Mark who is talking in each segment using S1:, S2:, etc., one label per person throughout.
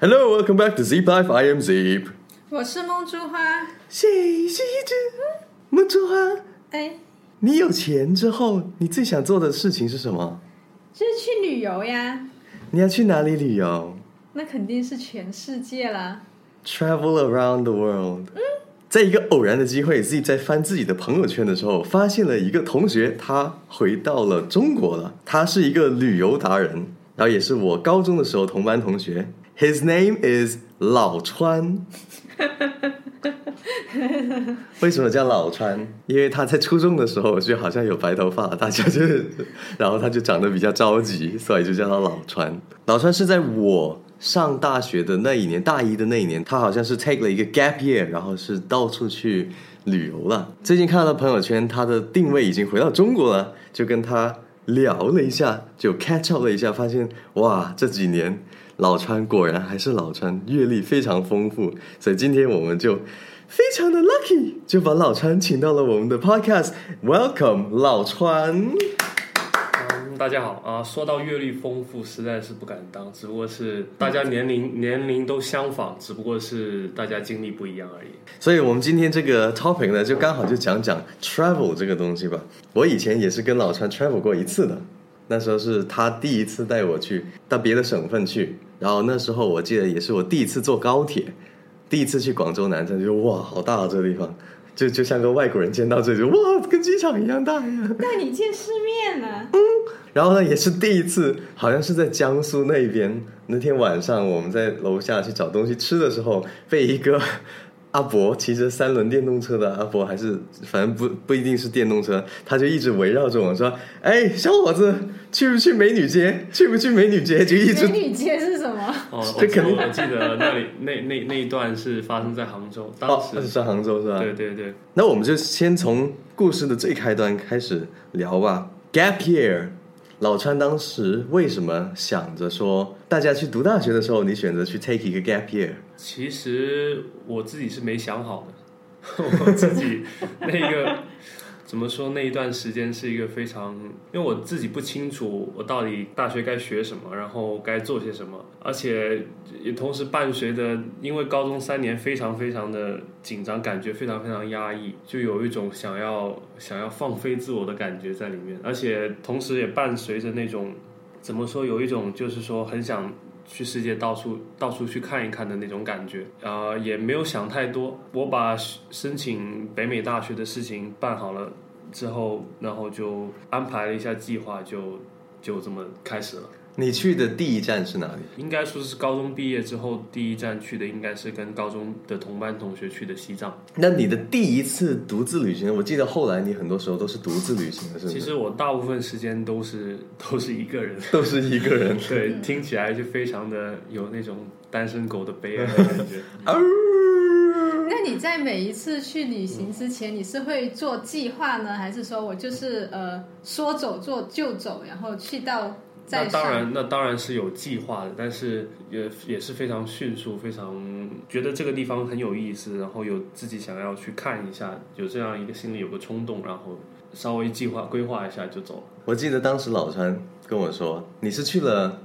S1: Hello, welcome back to Zeep Life. I am Zeep.
S2: 我是梦珠花，
S1: 谁是一只梦珠花？
S2: 哎，
S1: 你有钱之后，你最想做的事情是什么？
S2: 就是去旅游呀，
S1: 你要去哪里旅游
S2: 那肯定是全世界啦。
S1: ？Travel around the world。在一个偶然的机会，Zeep 在翻自己的朋友圈的时候，发现了一个同学，他回到了中国了。他是一个旅游达人，然后也是我高中的时候同班同学。His name is 老川。为什么叫老川？因为他在初中的时候就好像有白头发，大家就是然后他就长得比较着急，所以就叫他老川。老川是在我上大学的那一年，大一的那一年，他好像是 take 了一个 gap year，然后是到处去旅游了。最近看到朋友圈，他的定位已经回到中国了，就跟他聊了一下，就 catch up 了一下，发现哇，这几年老川果然还是老川，阅历非常丰富。所以今天我们就非常的 lucky，就把老川请到了我们的 podcast。Welcome 老川，
S3: 嗯，大家好啊！说到阅历丰富，实在是不敢当，只不过是大家年龄年龄都相仿，只不过是大家经历不一样而已。
S1: 所以我们今天这个 topic 呢，就刚好就讲讲 travel 这个东西吧。我以前也是跟老川 travel 过一次的，那时候是他第一次带我去到别的省份去，然后那时候我记得也是我第一次坐高铁，第一次去广州南站，就哇，好大啊这个地方，就就像个外国人见到这里就哇，跟机场一样大呀。
S2: 带你见世面啊呢、
S1: 然后呢，也是第一次，好像是在江苏那边。那天晚上我们在楼下去找东西吃的时候，被一个 阿伯骑着三轮电动车的阿伯，还是反正不不一定是电动车，他就一直围绕着我说：“哎，小伙子，去不去美女街？去不去美女街？”就一直
S2: 美女街是什么？
S3: 哦，我
S1: 这
S3: 记
S1: 肯定
S3: 我记得那里那那那一段是发生在杭州，当
S1: 哦，
S3: 时、
S1: 那是在杭州是吧？
S3: 对对对，
S1: 那我们就先从故事的最开端开始聊吧。Gap year，老川当时为什么想着说，大家去读大学的时候，你选择去 take 一个 gap year？
S3: 其实我自己是没想好的， 我自己那个怎么说那一段时间是一个非常，因为我自己不清楚我到底大学该学什么，然后该做些什么，而且也同时伴随着，因为高中三年非常非常的紧张，感觉非常非常压抑，就有一种想要想要放飞自我的感觉在里面，而且同时也伴随着那种怎么说，有一种就是说很想去世界到处到处去看一看的那种感觉，呃，也没有想太多。我把申请北美大学的事情办好了之后，然后就安排了一下计划，就就这么开始了。
S1: 你去的第一站是哪里？
S3: 应该说是高中毕业之后第一站去的，应该是跟高中的同班同学去的西藏。
S1: 那你的第一次独自旅行，我记得后来你很多时候都是独自旅行的，是不
S3: 其
S1: 是？
S3: 实我大部分时间都是 都是一个人，
S1: 都是一个 人。
S3: 对，听起来就非常的有那种单身狗的悲哀的感觉。
S1: 啊
S2: 那你在每一次去旅行之前，你是会做计划呢，还是说我就是呃说走做就走，然后去到
S3: 那
S2: 再
S3: 当
S2: 上？
S3: 然，那当然是有计划的，但是也也是非常迅速，非常觉得这个地方很有意思，然后有自己想要去看一下，有这样一个心里有个冲动，然后稍微计划规划一下就走了。
S1: 我记得当时老川跟我说，你是去了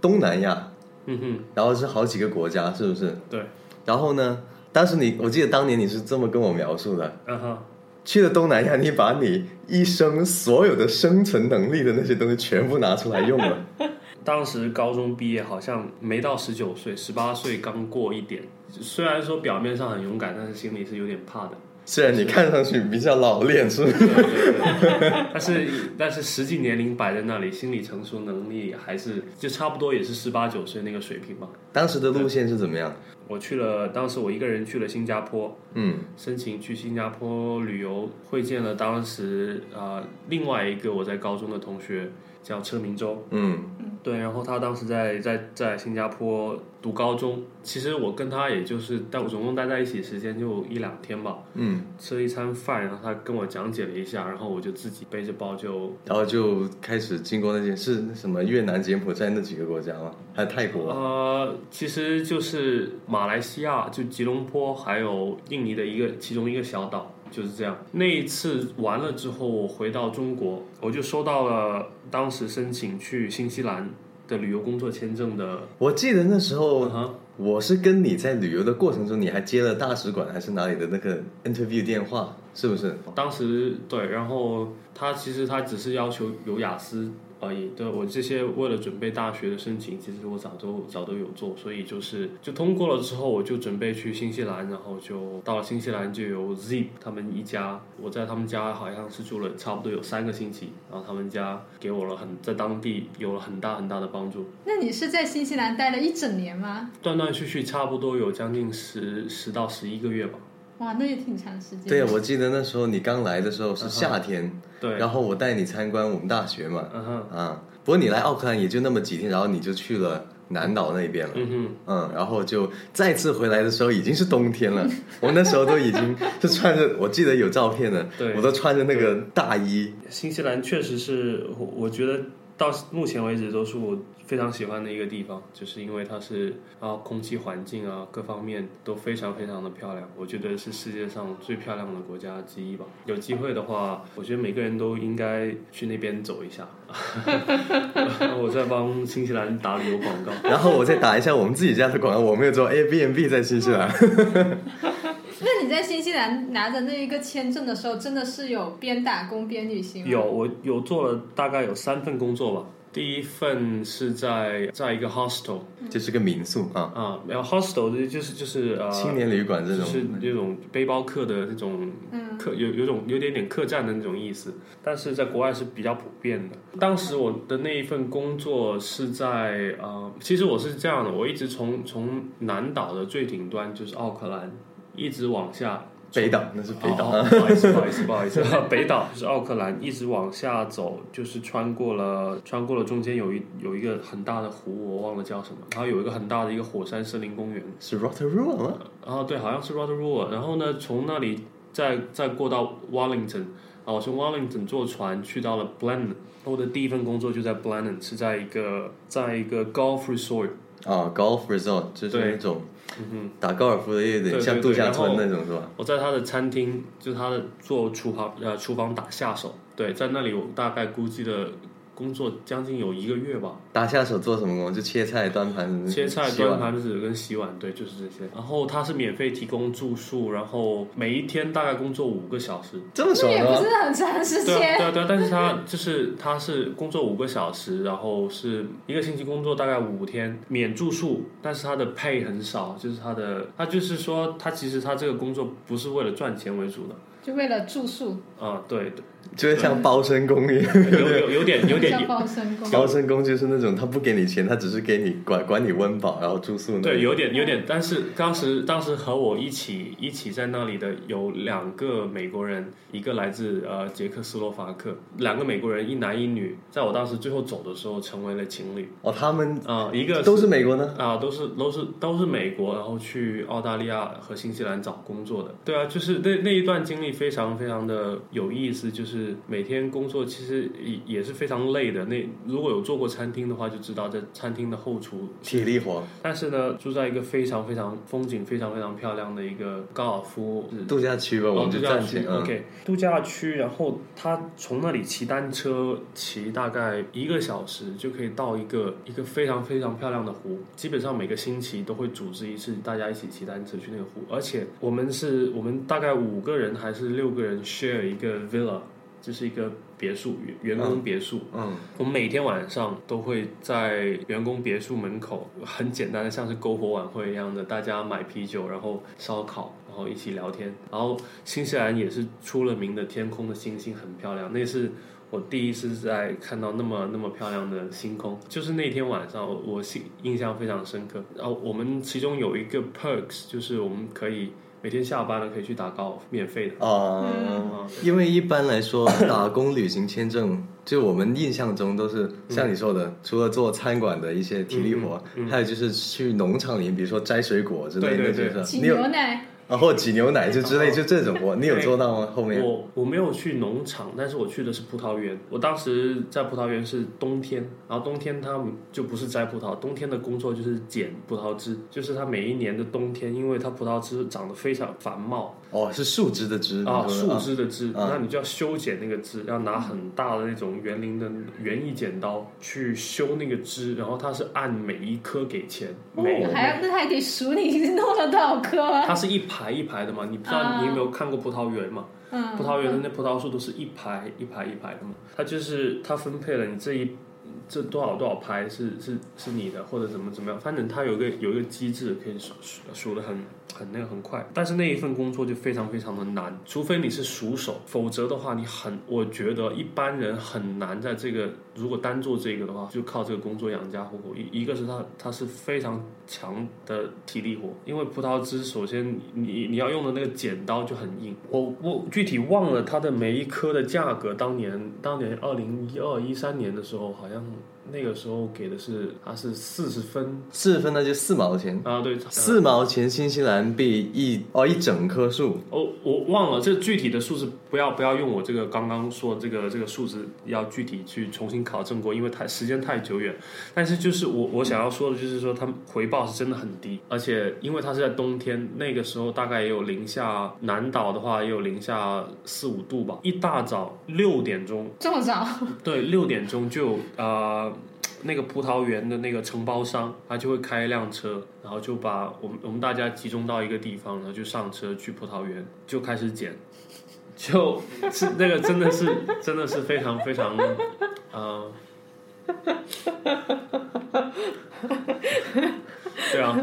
S1: 东南亚，
S3: 嗯哼，
S1: 然后是好几个国家，是不是？
S3: 对，
S1: 然后呢，当时你，我记得当年你是这么跟我描述的，
S3: 嗯哼，
S1: 去了东南亚，你把你一生所有的生存能力的那些东西全部拿出来用 了。
S3: 当时高中毕业好像没到十九岁，十八岁刚过一点，虽然说表面上很勇敢，但是心里是有点怕的。
S1: 虽然你看上去比较老练，是不是？
S3: 对对对，但是但是实际年龄摆在那里，心理成熟能力还是就差不多也是十八九岁那个水平吧。
S1: 当时的路线是怎么样？
S3: 我去了，当时我一个人去了新加坡，
S1: 嗯，
S3: 申请去新加坡旅游，会见了当时啊、呃另外一个我在高中的同学叫车明洲，
S1: 嗯，
S3: 对，然后他当时在在在新加坡读高中，其实我跟他也就是但我总共待在一起时间就一两天吧，
S1: 嗯，
S3: 吃了一餐饭，然后他跟我讲解了一下，然后我就自己背着包就
S1: 然后就开始经过那些是什么越南、柬埔寨那几个国家吗？还有泰国？
S3: 呃，其实就是马来西亚，就吉隆坡，还有印尼的一个其中一个小岛，就是这样。那一次完了之后，我回到中国，我就收到了当时申请去新西兰的旅游工作签证的。
S1: 我记得那时候
S3: 嗯哼
S1: 我是跟你在旅游的过程中，你还接了大使馆还是哪里的那个 interview 电话，是不是？
S3: 当时对，然后他其实他只是要求有雅思而已。对我这些为了准备大学的申请，其实我早都早都有做，所以就是就通过了之后，我就准备去新西兰，然后就到了新西兰就有 Zip 他们一家，我在他们家好像是住了差不多有三个星期，然后他们家给我了很在当地有了很大很大的帮助，
S2: 那你是在新西兰待了一整年吗？
S3: 断断续续差不多有将近十十到十一个月吧。
S2: 哇，那也挺长时间。
S1: 对啊呀，我记得那时候你刚来的时候是夏天，
S3: 对，
S1: 然后我带你参观我们大学嘛，
S3: 嗯哼，
S1: 啊，不过你来奥克兰也就那么几天，然后你就去了南岛那边了。
S3: 嗯哼。
S1: 嗯，然后就再次回来的时候已经是冬天 了，我那时候都已经是穿着，我记得有照片的，
S3: 对
S1: 我都穿着那个大衣，
S3: 新西兰确实是我我觉得到目前为止都是我非常喜欢的一个地方，就是因为它是啊空气环境啊各方面都非常非常的漂亮，我觉得是世界上最漂亮的国家之一吧。有机会的话，我觉得每个人都应该去那边走 一下。 我在帮新西兰打旅游广告。
S1: 然后我再打一下我们自己家的广告，我没有做哎 Airbnb 在新西兰，
S2: 那你在新西兰拿着那一个签证的时候，真的是有边打工边旅行吗？
S3: 有，我有做了大概有三份工作吧。第一份是在在一个 hostel
S1: 就是个民宿啊，
S3: 啊，然后 hostel 就是就是呃
S1: 青年旅馆这
S3: 就
S1: 种，
S3: 是那种背包客的那种
S2: 嗯
S3: 客，有有种有点点客栈的那种意思，但是在国外是比较普遍的。当时我的那一份工作是在呃，其实我是这样的，我一直从从南岛的最顶端就是奥克兰，一直往下
S1: 北岛那是北岛，
S3: 哦不好意思，不好意思，不好意思， 北岛就是奥克兰，一直往下走，就是穿过了，穿过了中间有一有一个很大的湖，我忘了叫什么，然后有一个很大的一个火山森林公园。
S1: 是 Rotorua 吗？
S3: 然后对，好像是 Rotorua，然后呢，从那里再再过到 Wellington，啊，我从 Wellington 坐船去到了 Blenheim。我的第一份工作就在 Blenheim，是在一个在一个 golf resort，
S1: 啊，Golf Resort 就是
S3: 对嗯
S1: 那种打高尔夫的，有
S3: 对
S1: 点
S3: 对
S1: 像度
S3: 对
S1: 假
S3: 然
S1: 村
S3: 后
S1: 那种是吧？
S3: 我在他的餐厅，就是他的做厨房呃厨房打下手，对，在那里我大概估计的工作将近有一个月吧，
S1: 打下手做什么工？就切菜、端盘子、
S3: 切菜、
S1: 嗯洗碗
S3: 端盘子跟洗碗，对，就是这些。然后他是免费提供住宿，然后每一天大概工作五个小时，
S1: 这么
S2: 那
S1: 爽
S2: 也不
S1: 吗？
S2: 是很长时
S3: 对啊，
S2: 间。
S3: 对啊，对啊，但是他就是他是工作五个小时，然后是一个星期工作大概五天，免住宿，但是他的 pay 很少，就是他的他就是说他其实他这个工作不是为了赚钱为主的，
S2: 就为了住宿，
S3: 啊、对，
S1: 就是像包身公寓，
S3: 有有有点 有
S2: 叫
S3: 点
S2: 包身工。
S1: 包身公就是那种他不给你钱，他只是给你管管你温饱，然后住宿呢。
S3: 对，有点有点，但是当时当时和我一起一起在那里的有两个美国人，一个来自呃捷克斯洛伐克，两个美国人，一男一女，在我当时最后走的时候成为了情侣，
S1: 哦，他们
S3: 啊、一个
S1: 都是美国呢。
S3: 啊，都是都是都是美国，然后去澳大利亚和新西兰找工作的。对啊，就是那那一段经历非常非常的有意思，就是每天工作其实也也是非常累的。那如果有做过餐厅的话，就知道在餐厅的后厨。
S1: 体力活，
S3: 但是呢，住在一个非常非常风景非常非常漂亮的一个高尔夫
S1: 度假区吧，我
S3: 哦
S1: 们
S3: 度
S1: 就
S3: 假
S1: 暂且
S3: 区
S1: 嗯，
S3: OK，度假区，然后他从那里骑单车骑大概一个小时就可以到一个一个非常非常漂亮的湖。基本上每个星期都会组织一次，大家一起骑单车去那个湖。而且我们是我们大概五个人还是六个人 share 一个 villa，就是一个别墅，员员工别墅。
S1: 嗯，
S3: 我们每天晚上都会在员工别墅门口，很简单的，像是篝火晚会一样的，大家买啤酒，然后烧烤，然后一起聊天。然后新西兰也是出了名的，天空的星星很漂亮，那是。我第一次在看到那么那么漂亮的星空，就是那天晚上我，我心印象非常深刻。然后我们其中有一个 perks，就是我们可以每天下班了可以去打高尔夫，免费的。
S1: 啊，
S3: 嗯
S1: 因为一般来 说，打工旅行签证，就我们印象中都是
S3: 嗯
S1: 像你说的，除了做餐馆的一些体力活，还有就是去农场里，比如说摘水果之类
S3: 对
S1: 的，
S3: 嗯对对哦
S1: 就是
S2: 挤
S1: 你有
S2: 牛奶，
S1: 啊，或挤牛奶就之类，就这种我你有做到吗？后面
S3: 我我没有去农场，但是我去的是葡萄园。我当时在葡萄园是冬天，然后冬天他们就不是摘葡萄，冬天的工作就是捡葡萄枝，就是他每一年的冬天，因为它葡萄枝长得非常繁茂
S1: 哦是树枝的枝
S3: 啊，
S1: 你说的
S3: 树枝的枝，
S1: 啊
S3: 那你就要修剪那个枝，要拿很大的那种园林的园艺剪刀去修那个枝，然后它是按每一颗给钱，每
S2: 哦，还要那还得数你弄了多少颗 吗？
S3: 它是一排一排的嘛，你不知道
S2: 啊
S3: 你有没有看过葡萄园嘛？
S2: 嗯，
S3: 葡萄园的那葡萄树都是一排一排一排的嘛，它就是它分配了你这一这多少多少排是是是你的，或者怎么怎么样，反正它有一个有一个机制可以数数数的很很那个很快。但是那一份工作就非常非常的难，除非你是熟手，否则的话你很，我觉得一般人很难在这个如果单做这个的话，就靠这个工作养家糊口。一一个是它它是非常强的体力活，因为葡萄枝首先你你要用的那个剪刀就很硬，我我具体忘了它的每一颗的价格，当年当年二零一二一三年的时候好像。那个时候给的是，它是四十分
S1: 四分那就四毛钱，
S3: 啊，对，
S1: 四毛钱新西兰币一哦一整棵树，
S3: 哦，我忘了这具体的数字，不要不要用我这个刚刚说这个这个数字，要具体去重新考证过，因为太时间太久远。但是就是我我想要说的就是说，他们回报是真的很低，而且因为它是在冬天，那个时候大概也有零下，南岛的话也有零下四五度吧。一大早六点钟，
S2: 这么早？
S3: 对，六点钟就呃，那个葡萄园的那个承包商，他就会开一辆车，然后就把我们我们大家集中到一个地方，然后就上车去葡萄园，就开始捡，就是那个真的是真的是非常非常，呃，对啊，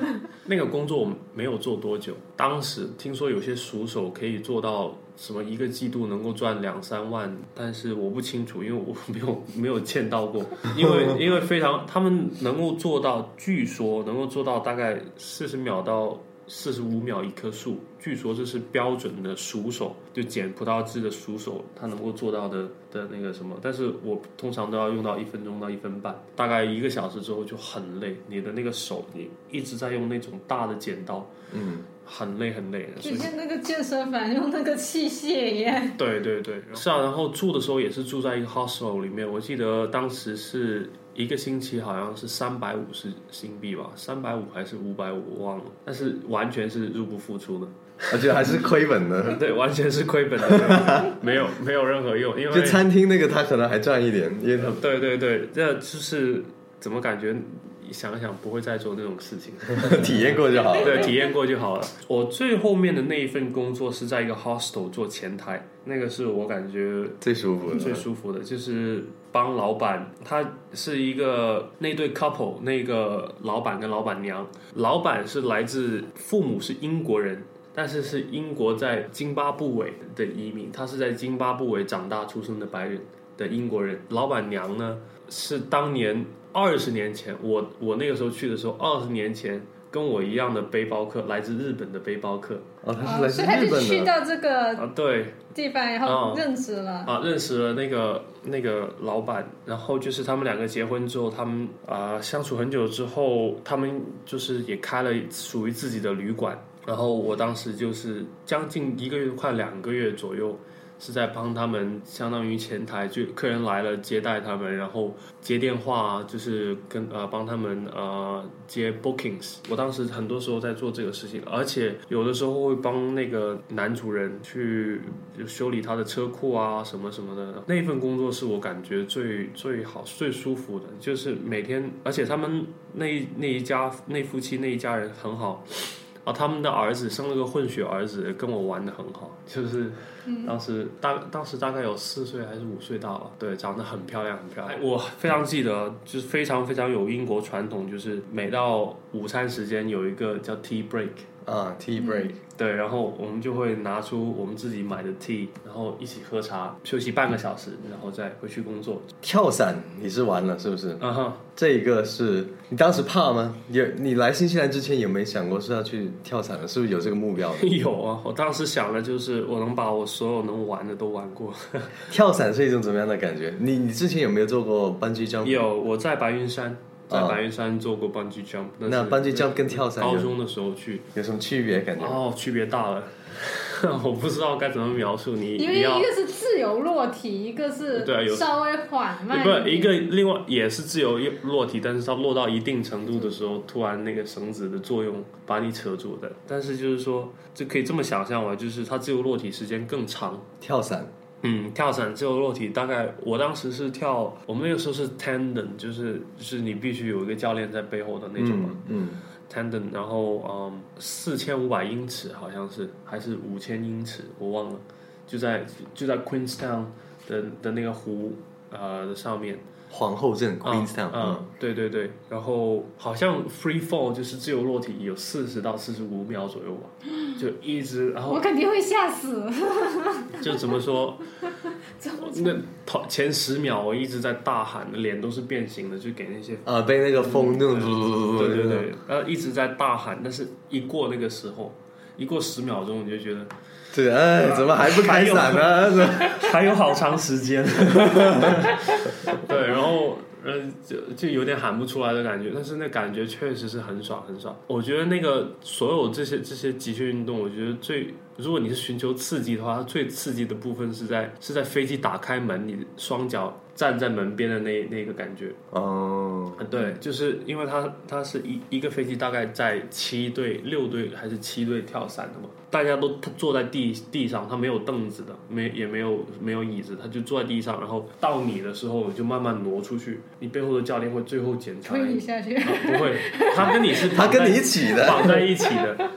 S3: 那个工作我没有做多久，当时听说有些熟手可以做到什么一个季度能够赚两三万，但是我不清楚，因为我没有没有见到过，因为因为非常他们能够做到，据说能够做到大概四十秒到。四十五秒一棵树，据说这是标准的熟手，就捡葡萄枝的熟手，它能够做到的的那个什么。但是我通常都要用到一分钟到一分半，大概一个小时之后就很累，你的那个手你一直在用那种大的剪刀，
S1: 嗯，
S3: 很累很 累。所
S2: 就
S3: 以
S2: 像那个健身房用那个器械一样。
S3: 对对对，是啊。然后住的时候也是住在一个 hostel 里面，我记得当时是一个星期好像是三百五十新币吧，三百五还是五百五，我忘了。但是完全是入不敷出的。
S1: 我觉得啊还是亏本的。
S3: 对，完全是亏本的， 没有没有任何用， 因为
S1: 就餐厅那个他可能还赚一点，因为
S3: 呃对对对，这就是怎么感觉想一想不会再做那种事情，
S1: 他体验过就好了。
S3: 对，体验过就好了。我最后面的那一份工作是在一个 hostel 做前台，那个是我感觉
S1: 最舒服
S3: 最
S1: 的，
S3: 舒服的，就是帮老板，他是一个那对 couple，那个老板跟老板娘，老板是来自父母是英国人。但是是英国在津巴布韦的移民，他是在津巴布韦长大出生的白人的英国人。老板娘呢是当年二十年前，我我那个时候去的时候，二十年前跟我一样的背包客，来自日本的背包客
S1: 哦，他是
S2: 哦
S1: 来自
S2: 所以他
S1: 日
S2: 就去
S1: 本的，
S2: 到这个
S3: 啊，对，
S2: 地方，然
S3: 哦
S2: 后任职了。
S3: 啊，认识了那个那个老板，然后就是他们两个结婚之后，他们啊、相处很久之后，他们就是也开了属于自己的旅馆。然后我当时就是将近一个月，快两个月左右，是在帮他们，相当于前台就客人来了接待他们，然后接电话，就是跟呃帮他们呃接 bookings。我当时很多时候在做这个事情，而且有的时候会帮那个男主人去就修理他的车库啊什么什么的。那份工作是我感觉最最好最舒服的，就是每天，而且他们那一那一家那夫妻那一家人很好。啊，他们的儿子生了个混血儿子，跟我玩的很好，就是
S1: 嗯
S3: 当时大当时大概有四岁还是五岁大吧，对，长得很漂亮，很漂亮。哎我非常记得，就是非常非常有英国传统，就是每到午餐时间有一个叫 tea break，
S1: 啊，tea
S2: 嗯
S1: break，
S3: 对，然后我们就会拿出我们自己买的 tea，然后一起喝茶，休息半个小时，然后再回去工作。
S1: 跳伞你是玩了是不是？
S3: 啊哈，
S1: 这一个是你当时怕吗？有你来新西兰之前有没有想过是要去跳伞的？是不是有这个目标的？
S3: 有啊，我当时想的就是我能把我所有能玩的都玩过。
S1: 跳伞是一种怎么样的感觉？你你之前有没有做过 bungee jump？
S3: 有，我在白云山，在
S1: 啊
S3: 白云山做过 bungee jump，但
S1: 那
S3: 是
S1: bungee jump 跟跳伞
S3: 高
S1: 有
S3: 中的时候去，
S1: 有什么区别？感觉、
S3: 哦，区别大了， 我不知道该怎么描述你，
S2: 因
S3: 你
S2: 为一
S3: 要
S2: 个是自由落体，一个是
S3: 对啊有
S2: 稍微缓慢
S3: 不
S2: 点
S3: 一个另外也是自由落体，但是它落到一定程度的时候，突然那个绳子的作用把你扯住的。但是就是说，就可以这么想象吧，就是它自由落体时间更长。
S1: 跳伞
S3: 嗯，跳伞自由落体大概我当时是跳，我们那个时候是 tandem，就是就是你必须有一个教练在背后的那种嘛、
S1: 嗯嗯，
S3: tandem，然后嗯四千五百英尺好像是还是五千英尺，我忘了，就在就在 Queenstown 的的那个湖呃的上面。
S1: 皇后镇 Queenstown，、
S3: 嗯，嗯对对对，然后好像 free fall 就是自由落体有四十到四十五秒左右吧，就一直，然
S2: 我
S3: 后
S2: 肯定会吓死。
S3: 就怎么说，
S2: 怎么
S3: 那头前十秒我一直在大喊，脸都是变形的，就给那些，
S1: 啊，被那个风那种、
S3: 对对对，然后一直在大喊，但是一过那个时候，一过十秒钟，你就觉得
S1: 对，哎，怎么还不开伞呢、怎么
S3: 还有好长时间。 对，然后嗯，就就有点喊不出来的感觉，但是那感觉确实是很爽很爽。我觉得那个所有这些这些极限运动，我觉得最如果你是寻求刺激的话，它最刺激的部分是在是在飞机打开门，你双脚站在门边的那那个感觉。
S1: 哦，
S3: 嗯，对，就是因为它它是一一个飞机大概在七队、六队还是七队跳伞的嘛，大家都他坐在地地上，他没有凳子的，没也没有没有椅子，他就坐在地上，然后到你的时候你就慢慢挪出去，你背后的教练会最后检查
S2: 推
S3: 你
S2: 你下去？
S3: 啊不会，他跟你是
S1: 他跟你一
S3: 起
S1: 起的，
S3: 绑在一起的。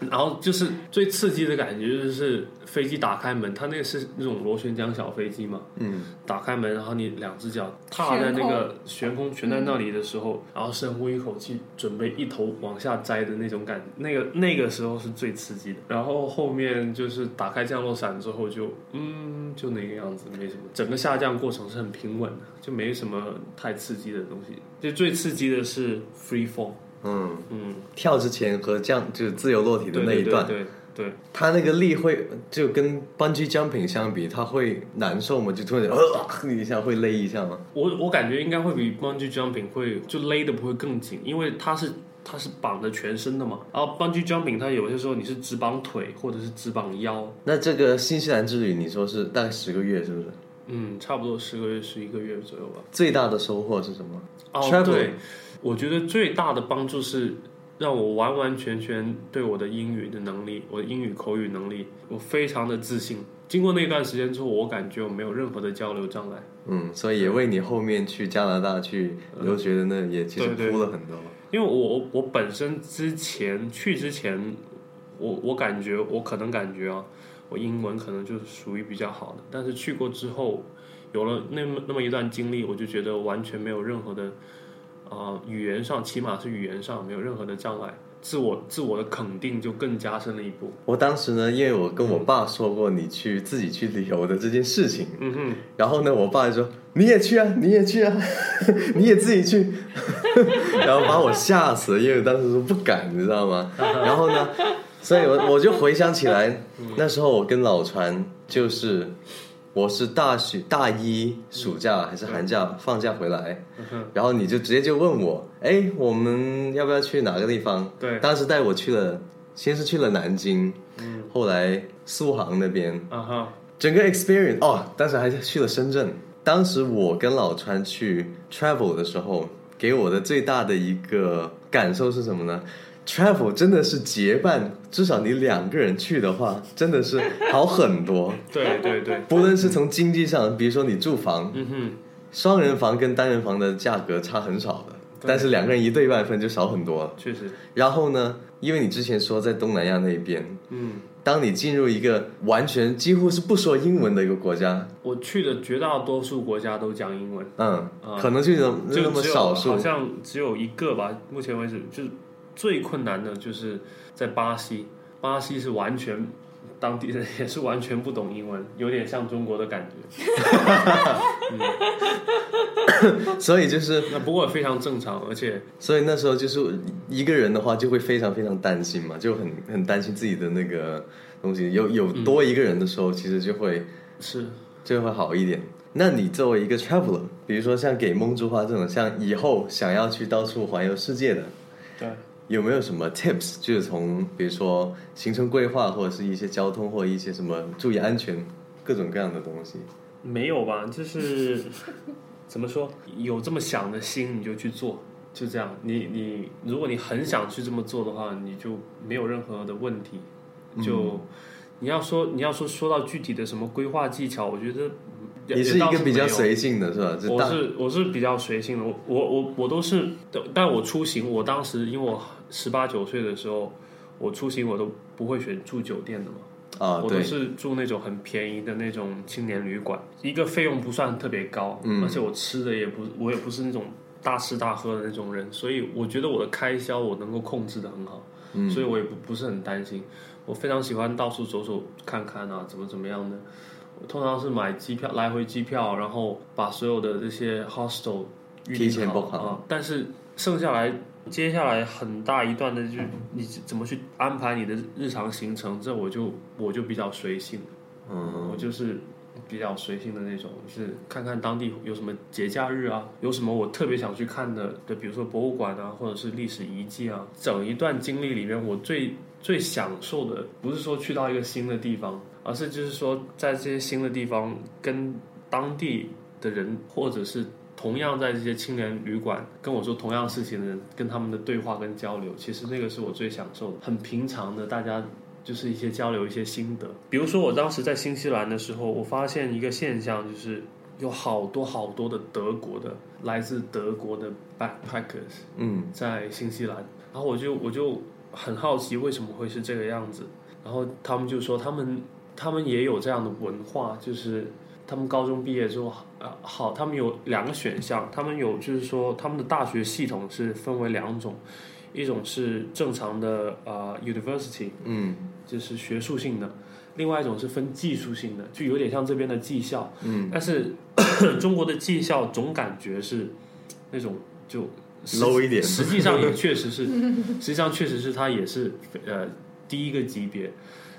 S3: 然后就是最刺激的感觉，就是飞机打开门，它那个是那种螺旋桨小飞机嘛，
S1: 嗯，
S3: 打开门，然后你两只脚踏在那个悬空悬在那里的时候，然后深呼一口气，准备一头往下栽的那种感觉，那个那个时候是最刺激的。然后后面就是打开降落伞之后就嗯就那个样子，没什么。整个下降过程是很平稳的，就没什么太刺激的东西。就最刺激的是 free fall，
S1: 嗯，
S3: 嗯，
S1: 跳之前和这样就是自由落体的
S3: 对
S1: 那
S3: 对
S1: 一
S3: 对
S1: 段，
S3: 对对，
S1: 他那个力会就跟 bungee jumping 相比，他会难受吗？就突然呃一下会勒一下吗？
S3: 我我感觉应该会比 bungee jumping 会就勒的不会更紧，因为它是它是绑着全身的嘛。然后 bungee jumping 它有些时候你是只绑腿或者是只绑腰，
S1: 那这个新西兰之旅，你说是大概十个月是不是？
S3: 嗯，差不多十个月十一个月左右吧。
S1: 最大的收获是什么？
S3: 哦，
S1: Travel
S3: 对，我觉得最大的帮助是让我完完全全对我的英语的能力，我的英语口语能力，我非常的自信。经过那段时间之后，我感觉我没有任何的交流障碍。
S1: 嗯，所以也为你后面去加拿大去留学的那也其实
S3: 对对
S1: 铺了很多。
S3: 因为我我我本身之前去之前，我我感觉我可能感觉啊，我英文可能就是属于比较好的，但是去过之后，有了那么那么一段经历，我就觉得完全没有任何的，啊、语言上起码是语言上没有任何的障碍，自我自我的肯定就更加深了一步。
S1: 我当时呢，因为我跟我爸说过你去自己去旅游的这件事情，
S3: 嗯哼，
S1: 然后呢，我爸就说你也去啊，你也去啊， 你也自己去， 然后把我吓死了，因为我当时说不敢，你知道吗？然后呢，所以我我就回想起来，那时候我跟老船就是，我是大学大一暑假还是寒假放假回来，
S3: 嗯哼，
S1: 然后你就直接就问我，哎，我们要不要去哪个地方？
S3: 对，
S1: 当时带我去了，先是去了南京，
S3: 嗯，
S1: 后来苏杭那边，
S3: 啊哈，
S1: 整个 experience 哦，当时还去了深圳。当时我跟老川去 travel 的时候，给我的最大的一个感受是什么呢？travel 真的是结伴，至少你两个人去的话，真的是好很 多。
S3: 对对对，
S1: 不论是从经济上，比如说你住房，
S3: 嗯哼。
S1: 双人房跟单人房的价格差很少的，
S3: 对
S1: 但是两个人一对半分就少很多了。
S3: 确实，
S1: 然后呢，因为你之前说在东南亚那边，
S3: 嗯，
S1: 当你进入一个完全几乎是不说英文的一个国家，
S3: 我去的绝大多数国家都讲英文，
S1: 嗯
S3: 啊，
S1: 可能就那么
S3: 就
S1: 那么
S3: 只有
S1: 少数
S3: 好，像只有一个吧。目前为止，就是最困难的就是在巴西，巴西是完全当地人也是完全不懂英文，有点像中国的感觉。
S1: 所以就是，
S3: 那不过非常正常，而且
S1: 所以那时候就是一个人的话，就会非常非常担心嘛，就很很担心自己的那个东西。有有多一个人的时候，其实就会
S3: 是
S1: 就会好一点。那你作为一个 traveler，比如说像给梦之花这种，像以后想要去到处环游世界的，
S3: 对，
S1: 有没有什么 tips？就是从比如说行程规划，或者是一些交通，或者一些什么注意安全，各种各样的东西。
S3: 没有 吧？就是怎么说，有这么想的心你就去做，就这样。你你，如果你很想去这么做的话，你就没有任何的问题。
S1: 嗯
S3: 就、你要说你要说说到具体的什么规划技巧，我觉得也
S1: 你是一
S3: 也倒
S1: 个比较
S3: 没有
S1: 随性的是吧？就
S3: 我
S1: 大
S3: 是我是比较随性的，我我我我都是，但但我出行，我当时因为我十八九岁的时候，我出行我都不会选住酒店的嘛，
S1: 啊，
S3: 我都
S1: 对，
S3: 是住那种很便宜的那种青年旅馆，一个费用不算特别高，
S1: 嗯
S3: 而且我吃的也不，我也不是那种大吃大喝的那种人，所以我觉得我的开销我能够控制的很好，
S1: 嗯
S3: 所以我也不不是很担心。我非常喜欢到处走走看看啊，怎么怎么样的。我通常是买机票，来回机票，然后把所有的这些 hostel 预定
S1: 提前 book 好
S3: 啊。但是剩下来，接下来很大一段的就是你怎么去安排你的日常行程，这我就我就比较随性，
S1: 嗯
S3: 我就是比较随性的那种，就是看看当地有什么节假日啊，有什么我特别想去看的，对，比如说博物馆啊，或者是历史遗迹啊。整一段经历里面，我最最享受的不是说去到一个新的地方，而是就是说在这些新的地方跟当地的人，或者是同样在这些青年旅馆跟我说同样事情的人，跟他们的对话跟交流，其实那个是我最享受的，很平常的，大家就是一些交流一些心得。比如说我当时在新西兰的时候，我发现一个现象，就是有好多好多的德国的来自德国的 backpackers，
S1: 嗯
S3: 在新西兰，然后我就我就很好奇为什么会是这个样子，然后他们就说他们他们也有这样的文化，就是他们高中毕业之后，呃，好，他们有两个选项，他们有就是说他们的大学系统是分为两种，一种是正常的呃 university，
S1: 嗯
S3: 就是学术性的，另外一种是分技术性的，就有点像这边的技校。
S1: 嗯，
S3: 但是 中国的技校总感觉是那种就实
S1: low 一点
S3: 实际上也确实是，实际上确实是它也是呃第一个级别，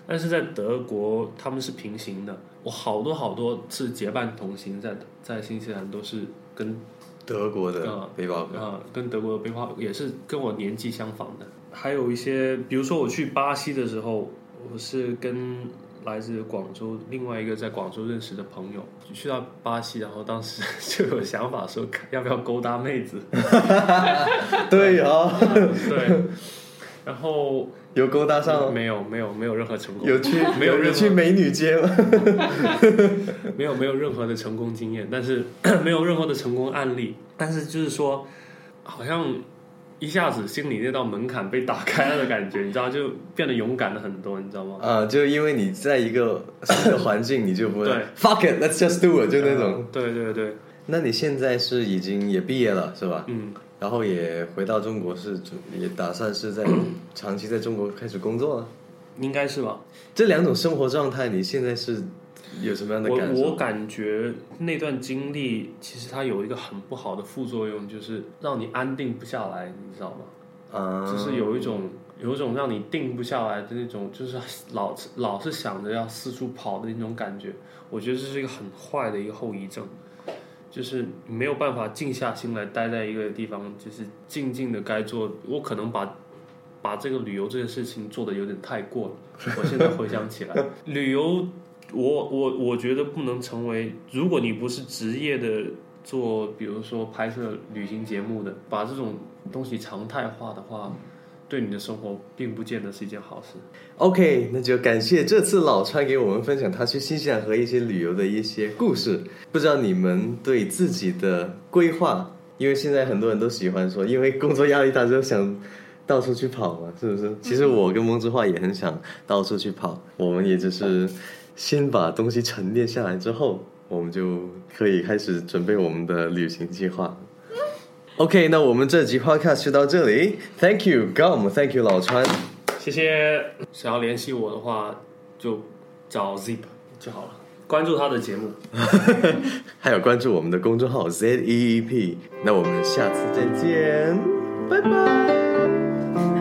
S3: 但是在德国他们是平行的。我好多好多次结伴同行在在新西兰都是跟
S1: 德国的
S3: 嗯
S1: 背包 客，
S3: 啊、跟德国的背包也是跟我年纪相仿的。还有一些，比如说我去巴西的时候，我是跟来自广州另外一个在广州认识的朋友去到巴西，然后当时就有想法说看要不要勾搭妹子，
S1: 对哦，
S3: 嗯对，然后
S1: 有勾搭上，
S3: 没有没有没有任何成功，
S1: 有去
S3: 没有
S1: 有
S3: 任何
S1: 去美女街吗？
S3: 没有没有任何的成功经验，但是 没有任何的成功案例，但是就是说，好像一下子心里那道门槛被打开了的感觉，你知道，就变得勇敢了很多，你知道吗？
S1: 啊，就因为你在一个新的环境，你就不会
S3: 对
S1: fuck it，let's just do it，就那种。
S3: 嗯对对对，
S1: 那你现在是已经也毕业了是吧？
S3: 嗯，
S1: 然后也回到中国是准也打算是在长期在中国开始工作了。
S3: 应该是吧。
S1: 这两种生活状态，你现在是有什么样的
S3: 我
S1: 感受？
S3: 我感觉那段经历其实它有一个很不好的副作用，就是让你安定不下来，你知道吗？
S1: 啊，
S3: 就是有一种有一种让你定不下来的那种，就是老老是想着要四处跑的那种感觉。我觉得这是一个很坏的一个后遗症，就是你没有办法静下心来待在一个地方，就是静静的该做。我可能把把这个旅游这件事情做的有点太过了。我现在回想起来，旅游，我我我觉得不能成为，如果你不是职业的做，比如说拍摄旅行节目的，把这种东西常态化的话，对你的生活并不见得是一件好事。
S1: OK，那就感谢这次老川给我们分享他去新西兰和一些旅游的一些故事。不知道你们对自己的规划，因为现在很多人都喜欢说，因为工作压力大，就想到处去跑嘛，是不是？其实我跟梦之画也很想到处去跑，我们也就是先把东西沉淀下来之后，我们就可以开始准备我们的旅行计划。OK，那我们这集 Podcast 就到这里。Thank you Gum，Thank you 老川。
S3: 谢谢。想要联系我的话，就找 Zip 就好了，关注他的节目。
S1: 还有关注我们的公众号 Z E E P。那我们下次再见，拜拜。